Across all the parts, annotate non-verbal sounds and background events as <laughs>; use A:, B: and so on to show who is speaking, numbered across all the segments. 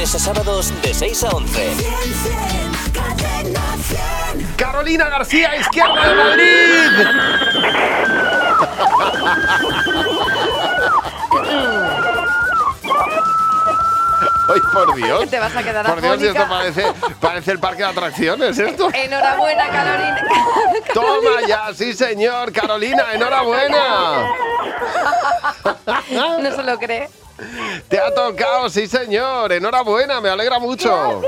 A: a sábados de 6 a 11.
B: Carolina García, Izquierda de Madrid. <laughs> Ay, por Dios.
C: Te vas a quedar
B: Por Dios, esto
C: afónica.
B: parece, parece el parque de atracciones, esto.
C: Enhorabuena, Carolina.
B: <laughs> Toma ya, sí señor, Carolina, enhorabuena.
C: No se lo cree.
B: Te ha tocado, sí señor, enhorabuena, me alegra mucho.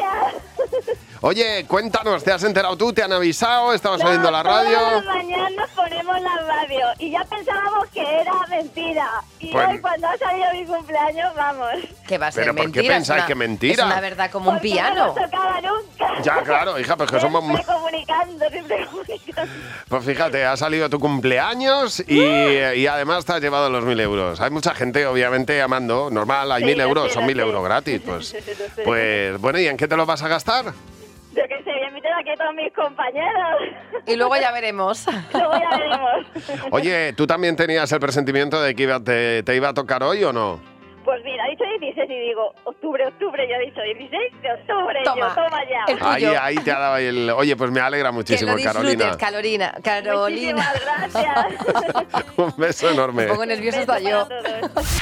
B: Oye, cuéntanos, ¿te has enterado tú? ¿Te han avisado? ¿Estabas saliendo a la radio?
D: Todas las mañanas ponemos la radio y ya pensábamos que era mentira. Y
B: Pues-
D: hoy cuando ha salido mi cumpleaños, vamos.
C: Que va a ser
B: Pero ¿por qué
C: mentira. es
B: pensáis
C: una-
B: que mentira?
C: Es una verdad como un
D: Porque
C: piano.
D: No nos tocaba nunca.
B: Ya, claro, hija, pues que somos-
D: Siempre comunicando, siempre comunicando.
B: Pues fíjate, ha salido tu cumpleaños y, y además te has llevado los mil euros. Hay mucha gente, obviamente, amando. Normal, hay
D: Sí,
B: mil
D: lo
B: euros,
D: sé,
B: son
D: lo
B: mil
D: sé.
B: euros
D: <laughs>
B: gratis. Pues,
D: Lo sé.
B: pues bueno, ¿y en qué te los vas a gastar?
D: Yo qué sé, voy a invitar aquí a todos mis compañeros. <laughs>
C: Y luego ya veremos.
D: Luego ya veremos.
B: Oye, ¿tú también tenías el presentimiento de que iba- te, te iba a tocar hoy o no?
D: Pues mira, ha dicho 16 y digo, octubre, octubre, yo he dicho 16 de octubre,
C: Toma.
D: yo, toma ya.
C: El-
B: Ahí,
C: Tuyo.
B: ahí te ha dado el... Oye, pues me alegra
C: que
B: muchísimo,
C: lo
B: Carolina.
C: disfrutes, Carolina. Carolina.
D: Muchísimas
C: <laughs>
D: gracias.
B: <laughs> Un beso
C: Me
B: enorme.
C: pongo nerviosa hasta yo.
D: Besos para todos.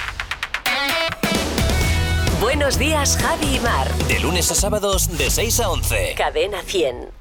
E: Buenos días, Javi y Mar.
A: De lunes a sábados de 6 a 11.
E: Cadena 100.